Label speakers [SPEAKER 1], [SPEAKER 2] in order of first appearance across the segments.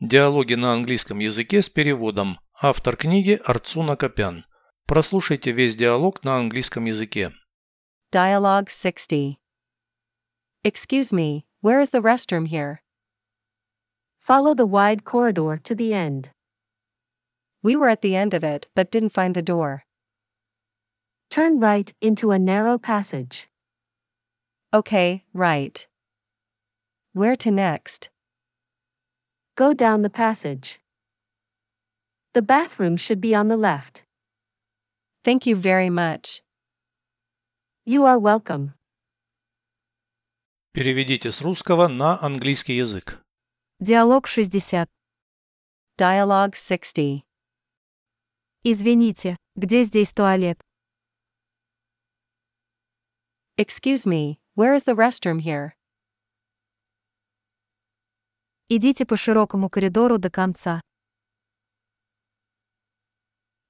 [SPEAKER 1] Диалоги на английском языке с переводом. Автор книги Арцуна Копян. Прослушайте весь диалог на английском языке.
[SPEAKER 2] Dialogue 60. Excuse me, where is the restroom here?
[SPEAKER 3] Follow the wide corridor to the end.
[SPEAKER 2] We were at the end of it but didn't find the door.
[SPEAKER 3] Turn right into a narrow passage.
[SPEAKER 2] Okay, right. Where to next?
[SPEAKER 3] Go down the passage. The bathroom should be on the left.
[SPEAKER 2] Thank you very much.
[SPEAKER 3] You are welcome.
[SPEAKER 1] Переведите с русского на английский язык.
[SPEAKER 4] Диалог 60.
[SPEAKER 2] Dialogue 60.
[SPEAKER 4] Извините, где здесь туалет?
[SPEAKER 2] Excuse me, where is the restroom here?
[SPEAKER 4] Идите по широкому коридору до конца.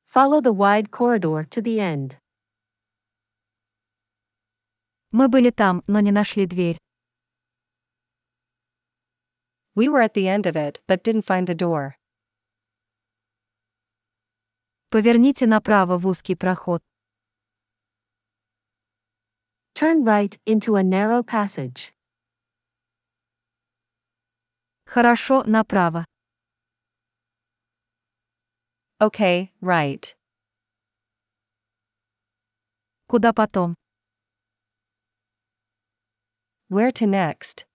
[SPEAKER 3] Follow the wide corridor to the end.
[SPEAKER 4] Мы были там, но не нашли дверь.
[SPEAKER 2] We were at the end of it but didn't find the door.
[SPEAKER 4] Поверните направо в узкий проход.
[SPEAKER 3] Turn right into a narrow passage.
[SPEAKER 4] Хорошо, направо.
[SPEAKER 2] Okay, right.
[SPEAKER 4] Куда потом?
[SPEAKER 2] Where to next?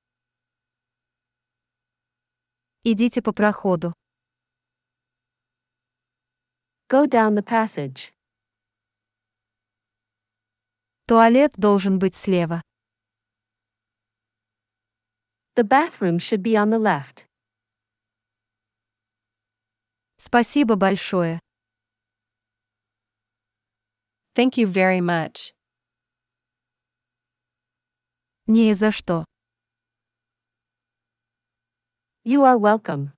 [SPEAKER 4] Идите по проходу.
[SPEAKER 3] Go down the passage.
[SPEAKER 4] Туалет должен быть слева.
[SPEAKER 3] The bathroom should be on the left.
[SPEAKER 4] Спасибо большое.
[SPEAKER 2] Thank you very much.
[SPEAKER 4] Не за что.
[SPEAKER 3] You are welcome.